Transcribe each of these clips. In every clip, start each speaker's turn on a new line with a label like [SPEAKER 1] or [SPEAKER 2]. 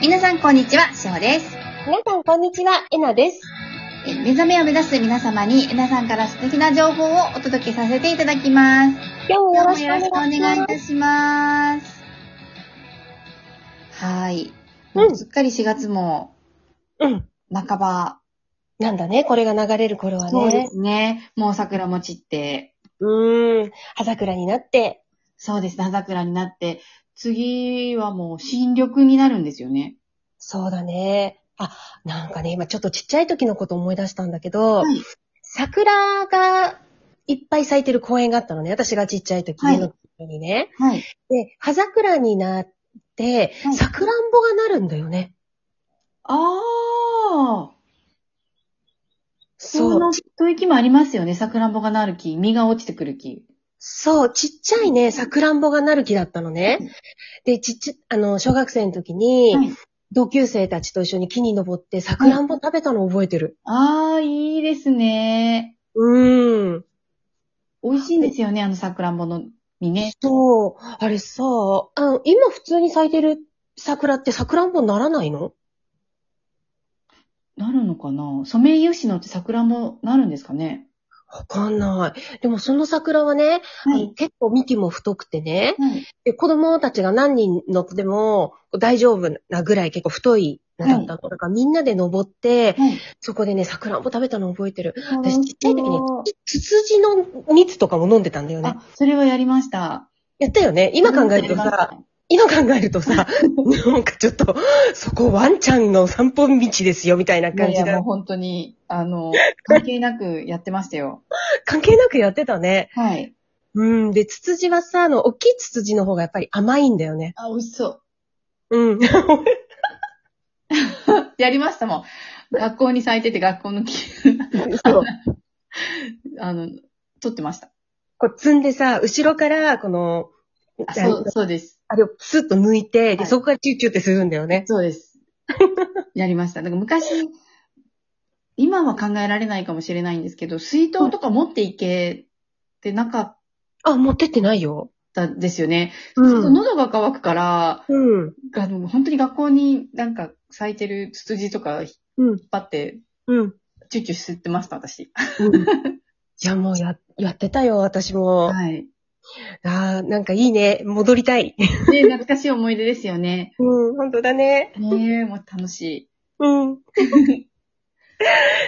[SPEAKER 1] 皆さん、こんにちは。しほです。
[SPEAKER 2] 皆さん、こんにちは。えなです。
[SPEAKER 1] えー目覚めを目指す皆様に、えなさんから素敵な情報をお届けさせていただきます。
[SPEAKER 2] 今日も
[SPEAKER 1] どう
[SPEAKER 2] よろ
[SPEAKER 1] も
[SPEAKER 2] し
[SPEAKER 1] よ
[SPEAKER 2] くお
[SPEAKER 1] ろし
[SPEAKER 2] 願
[SPEAKER 1] くお願
[SPEAKER 2] い
[SPEAKER 1] い
[SPEAKER 2] し
[SPEAKER 1] い
[SPEAKER 2] ます。
[SPEAKER 1] たします。はい。
[SPEAKER 2] うん
[SPEAKER 1] もうすっかり4月も
[SPEAKER 2] うん。
[SPEAKER 1] 半ば。
[SPEAKER 2] なんだね、これが流れる頃は
[SPEAKER 1] そうで
[SPEAKER 2] ね。
[SPEAKER 1] すね。もう桜も散って、
[SPEAKER 2] うーん。葉桜になって。
[SPEAKER 1] そうですね、葉桜になって、次はもう新緑になるんですよね。
[SPEAKER 2] そうだね。あ、なんかね、今ちょっとちっちゃい時のこと思い出したんだけど、
[SPEAKER 1] はい
[SPEAKER 2] 桜がいっぱい咲いてる公園があったのね。私がちっちゃい時、
[SPEAKER 1] はい
[SPEAKER 2] 家の時にね。
[SPEAKER 1] はい。
[SPEAKER 2] で、葉桜になって
[SPEAKER 1] は、い
[SPEAKER 2] さくらんぼがなるんだよね。
[SPEAKER 1] ああ。
[SPEAKER 2] そ。
[SPEAKER 1] そうの一息もありますよね。桜んぼがなる木、実が落ちてくる木。
[SPEAKER 2] そう、ちっちゃいね、さくらんぼがなる木だったのね。で、ちっちゃ、あの、小学生の時に、
[SPEAKER 1] はい
[SPEAKER 2] 同級生たちと一緒に木に登って、さくらんぼ食べたの覚えてる。
[SPEAKER 1] ああ、いいですね。
[SPEAKER 2] うーん。
[SPEAKER 1] 美味しいんですよね、あの桜んぼの実ね。
[SPEAKER 2] そう、あれさ、あの、今普通に咲いてる桜ってさくらんぼならないの
[SPEAKER 1] なるのかなソメイヨシノって桜んぼなるんですかね
[SPEAKER 2] わかんない。でもその桜はね、
[SPEAKER 1] は
[SPEAKER 2] あの。結構幹も太くてね、
[SPEAKER 1] はい。
[SPEAKER 2] で子供たちが何人乗っても大丈夫なぐらい結構太いのだったの。だからみんなで登って、
[SPEAKER 1] はい。
[SPEAKER 2] そこでね、さくらんぼ食べたの覚えてる。
[SPEAKER 1] 私
[SPEAKER 2] 私ちっちゃい時に、ツツジの蜜とかも飲んでたんだよね。
[SPEAKER 1] あ、それはやりました。
[SPEAKER 2] やったよね。今考えるとさ、、今考えると さ、なんかちょっと、そこワンちゃんの散歩道ですよ、みたいない
[SPEAKER 1] や
[SPEAKER 2] 感
[SPEAKER 1] い
[SPEAKER 2] じ
[SPEAKER 1] や、もう
[SPEAKER 2] だ。
[SPEAKER 1] 本当に、あ の、関係なくやってましたよ。
[SPEAKER 2] 関係なくやってたね。
[SPEAKER 1] はい。
[SPEAKER 2] うん。で、ツツジはさ、あの、大きいツツジの方がやっぱり甘いんだよね。
[SPEAKER 1] あ、美味しそう。
[SPEAKER 2] うん。
[SPEAKER 1] やりましたもん。学校に咲いてて学校の木、
[SPEAKER 2] そう。
[SPEAKER 1] あの、取ってました。
[SPEAKER 2] こう、摘んでさ、後ろから、この、
[SPEAKER 1] あ、
[SPEAKER 2] あ
[SPEAKER 1] そう、そうです。
[SPEAKER 2] あれをスッと抜いて、
[SPEAKER 1] は
[SPEAKER 2] で、
[SPEAKER 1] い
[SPEAKER 2] そこからチューチューってするんだよね。
[SPEAKER 1] そう です。やりました。なんか昔、今は考えられないかもしれないんですけど、水筒とか持っていけてなかっ
[SPEAKER 2] あ、持ってってないよ。
[SPEAKER 1] たんですよね。
[SPEAKER 2] う
[SPEAKER 1] ちょっと
[SPEAKER 2] ん。
[SPEAKER 1] 喉が渇くから、
[SPEAKER 2] うん。
[SPEAKER 1] あの本当に学校になんか咲いてるツツジとか引っ
[SPEAKER 2] うん。
[SPEAKER 1] 張って、
[SPEAKER 2] うん。
[SPEAKER 1] チュッチュ吸ってました、私。
[SPEAKER 2] いや、もうや、やってたよ、私も。
[SPEAKER 1] はい。
[SPEAKER 2] ああ、なんかいいね。戻りたい。
[SPEAKER 1] ね、懐かしい思い出ですよね。
[SPEAKER 2] うん、本当だね。
[SPEAKER 1] ねえ、もう楽しい。
[SPEAKER 2] うん。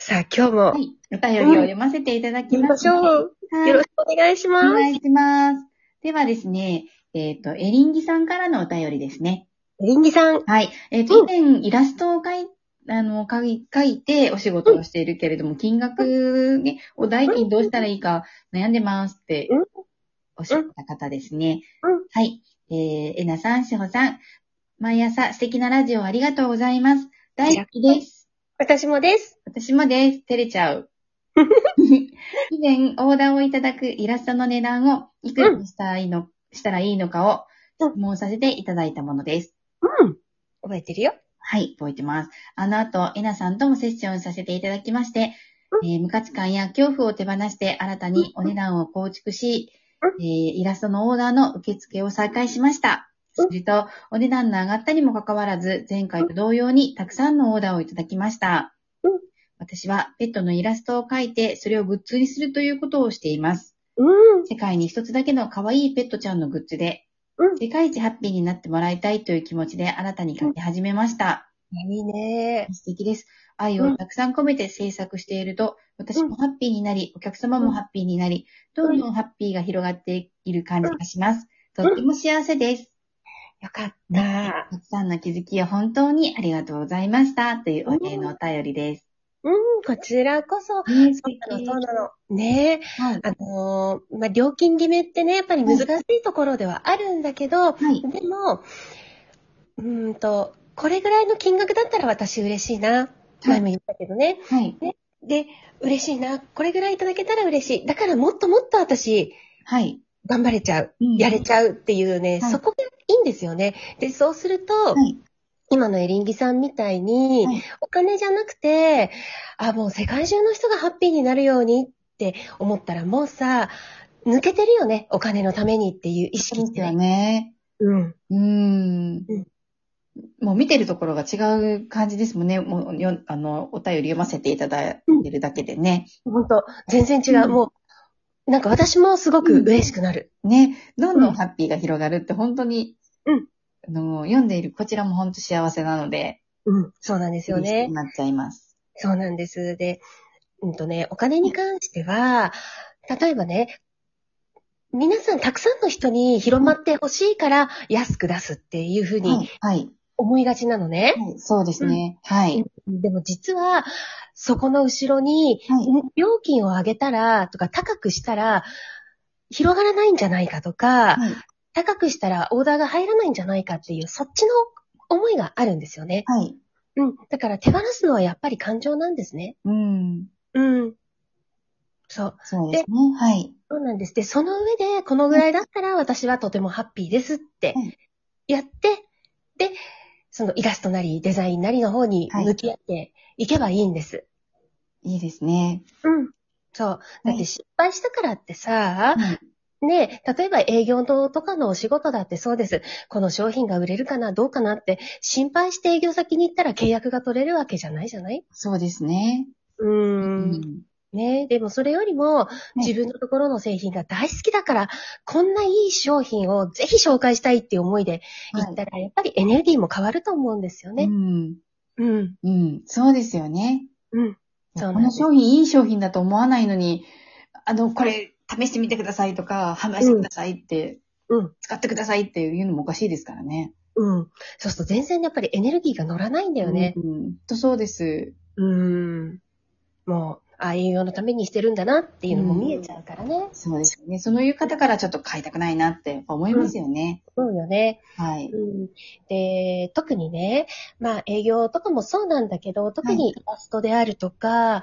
[SPEAKER 2] さあ、今日も、
[SPEAKER 1] はい。お便りを読ませていただき
[SPEAKER 2] 行き
[SPEAKER 1] ま
[SPEAKER 2] ますし
[SPEAKER 1] ね、
[SPEAKER 2] ょう。
[SPEAKER 1] はい
[SPEAKER 2] よろしくお願いします。
[SPEAKER 1] お願いします。ではですね、えっ、と、エリンギさんからのお便りですね。
[SPEAKER 2] リンギさん。
[SPEAKER 1] はい。えっ、と、
[SPEAKER 2] う
[SPEAKER 1] 以前イラストを描いあの、書い、書いてお仕事をしているけれども、金額ね、お代金どうしたらいいか悩んでますって
[SPEAKER 2] うん、
[SPEAKER 1] おっしゃった方ですね
[SPEAKER 2] うん。
[SPEAKER 1] はい。えー、えなさん、しほさん、毎朝素敵なラジオありがとうございます。大好きです。
[SPEAKER 2] 私もです。
[SPEAKER 1] 私もです。照れちゃう。以前、オーダーをいただくイラストの値段をいくらにしたらいいの,、したらいいのかを質問させていただいたものです。
[SPEAKER 2] うん。覚えてるよ。
[SPEAKER 1] はい、覚えてます。あの後、エナさんともセッションさせていただきまして、えー無価値観や恐怖を手放して新たにお値段を構築し、えーイラストのオーダーの受付を再開しました。すると、お値段の上がったにもかかわらず、前回と同様にたくさんのオーダーをいただきました
[SPEAKER 2] うん。
[SPEAKER 1] 私はペットのイラストを描いて、それをグッズにするということをしています。
[SPEAKER 2] うん。
[SPEAKER 1] 世界に一つだけの可愛いペットちゃんのグッズで
[SPEAKER 2] うん、
[SPEAKER 1] 世界一ハッピーになってもらいたいという気持ちで新たに描き始めました。
[SPEAKER 2] いいね。
[SPEAKER 1] 素敵です。愛をたくさん込めて制作していると、私もハッピーになり、お客様もハッピーになり、どんどんハッピーが広がっている感じがします。と
[SPEAKER 2] ん
[SPEAKER 1] っても幸せです。
[SPEAKER 2] よかった。
[SPEAKER 1] たくさんの気づきを本当にありがとうございました。というお礼のお便りです。
[SPEAKER 2] うん、こちらこそ。
[SPEAKER 1] ね、素
[SPEAKER 2] そうなの、
[SPEAKER 1] 敵
[SPEAKER 2] そうなの。ねえ。
[SPEAKER 1] はい。
[SPEAKER 2] あのーまあ、料金決めってね、やっぱり難しいところではあるんだけど、
[SPEAKER 1] はい。
[SPEAKER 2] でも、うーんと、これぐらいの金額だったら私嬉しいな。前も言ったけどね。
[SPEAKER 1] はい。
[SPEAKER 2] で、嬉しいな。これぐらいいただけたら嬉しい。だからもっともっと私、
[SPEAKER 1] はい。
[SPEAKER 2] 頑張れちゃう。
[SPEAKER 1] うん
[SPEAKER 2] やれちゃうっていうね、
[SPEAKER 1] はい
[SPEAKER 2] そこがいいんですよね。で、そうすると、
[SPEAKER 1] はい
[SPEAKER 2] 今のエリンギさんみたいに、
[SPEAKER 1] はい
[SPEAKER 2] お金じゃなくて、あ、もう世界中の人がハッピーになるようにって思ったら、もうさ、抜けてるよね。お金のためにっていう意識
[SPEAKER 1] そうで
[SPEAKER 2] っ
[SPEAKER 1] す
[SPEAKER 2] て
[SPEAKER 1] よ
[SPEAKER 2] ね。
[SPEAKER 1] ね。
[SPEAKER 2] うん。
[SPEAKER 1] うーん
[SPEAKER 2] うん。
[SPEAKER 1] もう見てるところが違う感じですもんね。もうよ、あの、お便り読ませていただいてるだけでね。
[SPEAKER 2] 本当全然違う。
[SPEAKER 1] うん
[SPEAKER 2] もう、なんか私もすごく嬉しくなる。
[SPEAKER 1] ね、どんど
[SPEAKER 2] うん
[SPEAKER 1] んハッピーが広がるって本当に、
[SPEAKER 2] うん
[SPEAKER 1] あの、読んでいるこちらも本当幸せなので、
[SPEAKER 2] うん。そうなんですよ
[SPEAKER 1] 嬉し
[SPEAKER 2] ね
[SPEAKER 1] く。なっちゃいます。
[SPEAKER 2] そうなんです。で、うんとね、お金に関しては、例えばね、皆さんたくさんの人に広まってほしいから安く出すっていうふう
[SPEAKER 1] は
[SPEAKER 2] に
[SPEAKER 1] い、はい。
[SPEAKER 2] 思いがちなのね。
[SPEAKER 1] はいそうですね。はい。
[SPEAKER 2] でも実は、そこの後ろに、
[SPEAKER 1] はい
[SPEAKER 2] 料金を上げたら、とか高くしたら、広がらないんじゃないかとか、
[SPEAKER 1] はい。
[SPEAKER 2] 高くしたらオーダーが入らないんじゃないかっていう、そっちの思いがあるんですよね。
[SPEAKER 1] はい。
[SPEAKER 2] うん。だから手放すのはやっぱり感情なんですね。
[SPEAKER 1] うん。
[SPEAKER 2] うん。そう。
[SPEAKER 1] そうですね。はい。
[SPEAKER 2] そうなんです。で、その上で、このぐらいだったら私はとてもハッピーですって
[SPEAKER 1] うん
[SPEAKER 2] やって、で、そのイラストなりデザインなりの方に
[SPEAKER 1] はい
[SPEAKER 2] 向き合っていけばいいんです。
[SPEAKER 1] いいですね。
[SPEAKER 2] うん。そう。だって失敗したからってさ、
[SPEAKER 1] はい
[SPEAKER 2] ねえ、例えば営業のとかのお仕事だってそうです。この商品が売れるかな、どうかなって心配して営業先に行ったら契約が取れるわけじゃないじゃない
[SPEAKER 1] そうですね。
[SPEAKER 2] う
[SPEAKER 1] う
[SPEAKER 2] ーん。。ねえ、でもそれよりも自分のところの製品が大好きだから、こんないい商品をぜひ紹介したいっていう思いで
[SPEAKER 1] はい
[SPEAKER 2] 行ったら、やっぱりエネルギーも変わると思うんですよ
[SPEAKER 1] う
[SPEAKER 2] ね。
[SPEAKER 1] ん。
[SPEAKER 2] うん。
[SPEAKER 1] うん。そうですよね。
[SPEAKER 2] うん。そう
[SPEAKER 1] こ
[SPEAKER 2] なんで
[SPEAKER 1] の
[SPEAKER 2] す
[SPEAKER 1] 商品いい商品だと思わないのに、あの、これ試してみてくださいとか、販売してくださいって、
[SPEAKER 2] うん。
[SPEAKER 1] 使ってくださいっていうのもおかしいですからね。
[SPEAKER 2] うん。そうすると全然やっぱりエネルギーが乗らないんだよね。
[SPEAKER 1] うん。うんとそうです。
[SPEAKER 2] うーん。もう、ああいう用のためにしてるんだなっていうのも見えちゃうからね。
[SPEAKER 1] そうですよね。そのいう方からちょっと買いたくないなってやっぱ思いますよね。
[SPEAKER 2] そうよね。
[SPEAKER 1] はい。
[SPEAKER 2] うん。で、特にね、まあ営業とかもそうなんだけど、特にイラストであるとか、あ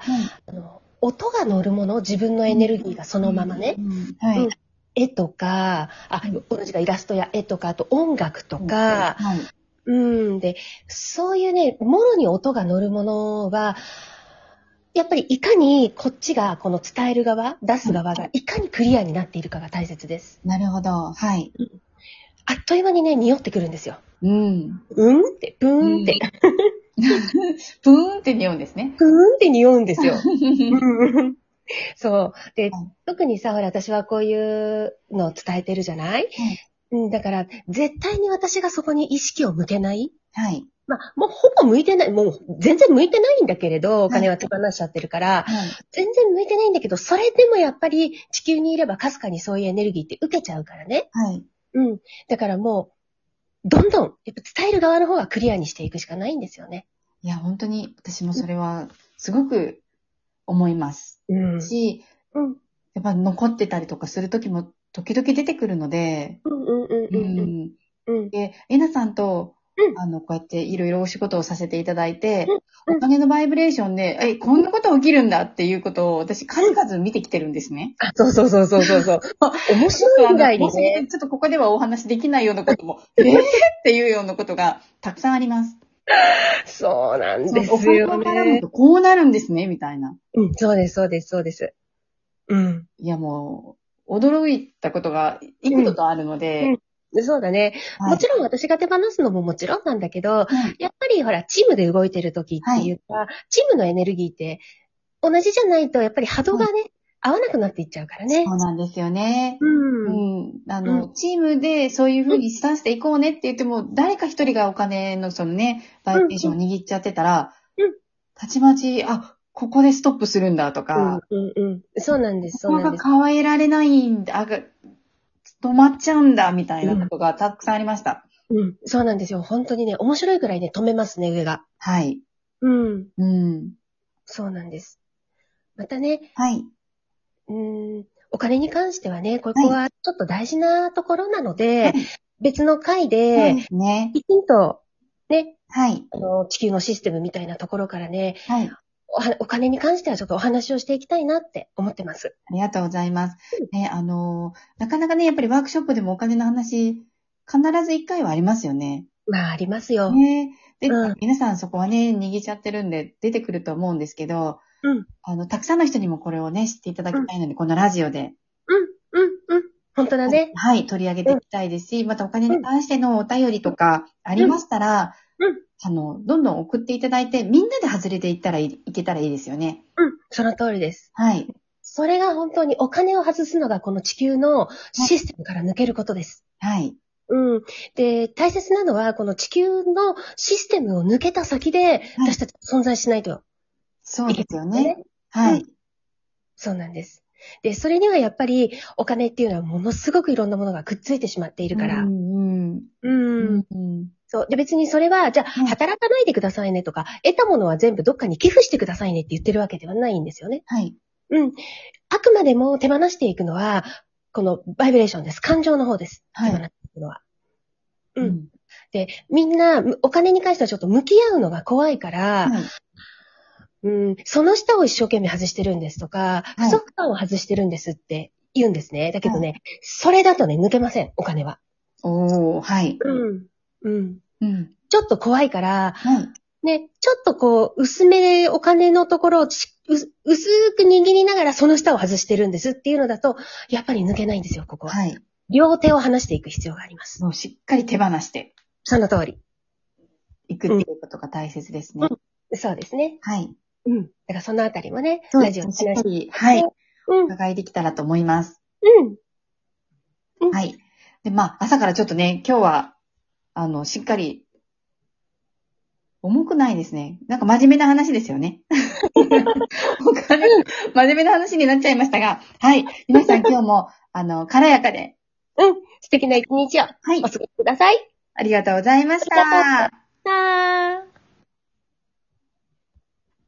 [SPEAKER 2] の、音が乗るもの、自分のエネルギーがそのままね、
[SPEAKER 1] うん。は
[SPEAKER 2] う
[SPEAKER 1] い
[SPEAKER 2] ん。絵とか、あ、同じがイラストや絵とか、あと音楽とか、
[SPEAKER 1] はい。
[SPEAKER 2] うん、で、そういうね、もろに音が乗るものは、やっぱりいかにこっちが、この伝える側、出す側が、いかにクリアになっているかが大切です。
[SPEAKER 1] なるほど。はい。
[SPEAKER 2] あっという間にね、匂ってくるんですよ。
[SPEAKER 1] うん。
[SPEAKER 2] うんって、ぷーんって、
[SPEAKER 1] プーンって匂うんです ね。
[SPEAKER 2] ぷーんって匂うんですよ。
[SPEAKER 1] は
[SPEAKER 2] そう。で、
[SPEAKER 1] はい
[SPEAKER 2] 特にさ、ほら、私はこういうのを伝えてるじゃない、うん、だから、絶対に私がそこに意識を向けない。
[SPEAKER 1] い。
[SPEAKER 2] まあ、もうほぼ向いてない。もう全然向いてないんだけれど、お金は手放しちゃってるか
[SPEAKER 1] は
[SPEAKER 2] ら、
[SPEAKER 1] い。
[SPEAKER 2] 全然向いてないんだけど、それでもやっぱり地球にいればかすかにそういうエネルギーって受けちゃうからね。
[SPEAKER 1] はい。
[SPEAKER 2] うん。だからもう、どんどん、やっぱ伝える側の方がクリアにしていくしかないんですよね。
[SPEAKER 1] いや、本当に私もそれはすごく思います。
[SPEAKER 2] うんうん。
[SPEAKER 1] し、
[SPEAKER 2] うん
[SPEAKER 1] やっぱ残ってたりとかする時も時々出てくるので、
[SPEAKER 2] うんうん
[SPEAKER 1] う
[SPEAKER 2] うん
[SPEAKER 1] ん。
[SPEAKER 2] うん。
[SPEAKER 1] で、えなさんと
[SPEAKER 2] う、
[SPEAKER 1] あの、こうやっていろいろお仕事をさせていただいて
[SPEAKER 2] うんう、ん
[SPEAKER 1] お金のバイブレーションで、え、こんなこと起きるんだっていうことを私数々見てきてるんですね。
[SPEAKER 2] あ、そうそうそうそうそう そう。面白い以外
[SPEAKER 1] も
[SPEAKER 2] に
[SPEAKER 1] し
[SPEAKER 2] ね。
[SPEAKER 1] ちょっとここではお話できないようなことも、えーっていうようなことがたくさんあります。
[SPEAKER 2] そうなんで
[SPEAKER 1] そう
[SPEAKER 2] すよ
[SPEAKER 1] お金を絡む
[SPEAKER 2] ね。
[SPEAKER 1] とこうなるんですね、みたいな。
[SPEAKER 2] うん、そうです、そうです、そうです。うん。
[SPEAKER 1] いや、もう、驚いたことが幾度とあるので、
[SPEAKER 2] でそうだね。
[SPEAKER 1] はい
[SPEAKER 2] もちろん私が手放すのももちろんなんだけど、
[SPEAKER 1] はい
[SPEAKER 2] やっぱりほら、チームで動いてる時っていうか、チームのエネルギーって、同じじゃないと、やっぱり波動がね、合わなくなっていっちゃうからね
[SPEAKER 1] そ。うなんですよね。う
[SPEAKER 2] うん。
[SPEAKER 1] ん。あの、
[SPEAKER 2] う
[SPEAKER 1] チームでそういうふうにスタンスでいこうねって言っても、誰か一人がお金のそのね、バイブレーションを握っちゃってたら、
[SPEAKER 2] うん
[SPEAKER 1] たちまち、あ、ここでストップするんだと
[SPEAKER 2] うん
[SPEAKER 1] か、、
[SPEAKER 2] うん、うん。そうなんです、そ
[SPEAKER 1] ここ
[SPEAKER 2] うなん
[SPEAKER 1] が
[SPEAKER 2] です。
[SPEAKER 1] 変えられないんだ、あが止まっちゃうんだ、みたいなことがたくさんありました。
[SPEAKER 2] うん。そうなんですよ。本当にね、面白いくらいね、止めますね、上が。
[SPEAKER 1] はい。
[SPEAKER 2] うん。
[SPEAKER 1] うん。
[SPEAKER 2] そうなんです。またね、
[SPEAKER 1] はい。
[SPEAKER 2] うーんお金に関してはね、ここはちょっと大事なところなので、
[SPEAKER 1] はい
[SPEAKER 2] 別の回
[SPEAKER 1] そう
[SPEAKER 2] で、
[SPEAKER 1] ですね。
[SPEAKER 2] きちんと、ね、
[SPEAKER 1] はい。
[SPEAKER 2] あの、地球のシステムみたいなところからね、
[SPEAKER 1] はい。
[SPEAKER 2] おはお金に関してはちょっとお話をしていきたいなって思ってます。
[SPEAKER 1] ありがとうございます。ね、あのー、なかなかね、やっぱりワークショップでもお金の話、必ず一回はありますよね。
[SPEAKER 2] まあ、ありますよ。
[SPEAKER 1] ね。で、
[SPEAKER 2] うん
[SPEAKER 1] 皆さんそこはね、握っちゃってるんで出てくると思うんですけど、
[SPEAKER 2] うん
[SPEAKER 1] あの、たくさんの人にもこれをね、知っていただきたいので、このラジオで。
[SPEAKER 2] うん、うん、うん。本当だね。
[SPEAKER 1] はい、取り上げていきたいですし、またお金に関してのお便りとかありましたら、
[SPEAKER 2] うんうん
[SPEAKER 1] あの、どんどん送っていただいて、みんなで外れていったらいい、いけたらいいですよね。
[SPEAKER 2] うん。その通りです。
[SPEAKER 1] はい。
[SPEAKER 2] それが本当にお金を外すのがこの地球のシステムから抜けることです。
[SPEAKER 1] はい。
[SPEAKER 2] うん。で、大切なのは、この地球のシステムを抜けた先で、私たち存在しないと。
[SPEAKER 1] そうですよ
[SPEAKER 2] ね
[SPEAKER 1] ね。はい。
[SPEAKER 2] そうなんです。で、それにはやっぱりお金っていうのはものすごくいろんなものがくっついてしまっているから。
[SPEAKER 1] う
[SPEAKER 2] うん。
[SPEAKER 1] んうん。うん
[SPEAKER 2] そう。で、別にそれは、じゃあ、
[SPEAKER 1] はい
[SPEAKER 2] 働かないでくださいねとか、得たものは全部どっかに寄付してくださいねって言ってるわけではないんですよね。
[SPEAKER 1] はい。
[SPEAKER 2] うん。あくまでも手放していくのは、このバイブレーションです。感情の方です。
[SPEAKER 1] はい
[SPEAKER 2] 手放していくのは。うん。で、みんな、むお金に関してはちょっと向き合うのが怖いから、
[SPEAKER 1] はい
[SPEAKER 2] うん、その下を一生懸命外してるんですとか、
[SPEAKER 1] はい
[SPEAKER 2] 不足感を外してるんですって言うんですね。だけどね、それだとね、抜けません、お金は。
[SPEAKER 1] おー、はい。
[SPEAKER 2] うん。うん。
[SPEAKER 1] うん。
[SPEAKER 2] ちょっと怖いから、
[SPEAKER 1] はい。
[SPEAKER 2] ね、ちょっとこう、薄めでお金のところをちうす薄く握りながらその下を外してるんですっていうのだと、やっぱり抜けないんですよ、ここは。
[SPEAKER 1] はい。
[SPEAKER 2] 両手を離していく必要があります。
[SPEAKER 1] もうしっかり手放して
[SPEAKER 2] その通り。
[SPEAKER 1] いくっていうことが大切ですね。
[SPEAKER 2] そうですね。
[SPEAKER 1] はい。
[SPEAKER 2] うん。だからそのあたりもね、
[SPEAKER 1] そう
[SPEAKER 2] ラ
[SPEAKER 1] で
[SPEAKER 2] ジオ
[SPEAKER 1] す
[SPEAKER 2] で
[SPEAKER 1] ね。
[SPEAKER 2] 話し
[SPEAKER 1] しっかり、はい。
[SPEAKER 2] うん。うん。
[SPEAKER 1] 伺いできたらと思います。
[SPEAKER 2] うん
[SPEAKER 1] はい。で、まあ、朝からちょっとね、今日は、あの、しっかり、重くないですね。なんか真面目な話ですよ ね。お金真面目な話になっちゃいましたが、はい。皆さん今日も、あの、軽やかで、
[SPEAKER 2] 素敵な一日を
[SPEAKER 1] はい
[SPEAKER 2] お。過ごしください。
[SPEAKER 1] ありがとうございまし
[SPEAKER 2] ありがとうござい
[SPEAKER 1] た。
[SPEAKER 2] まさあ。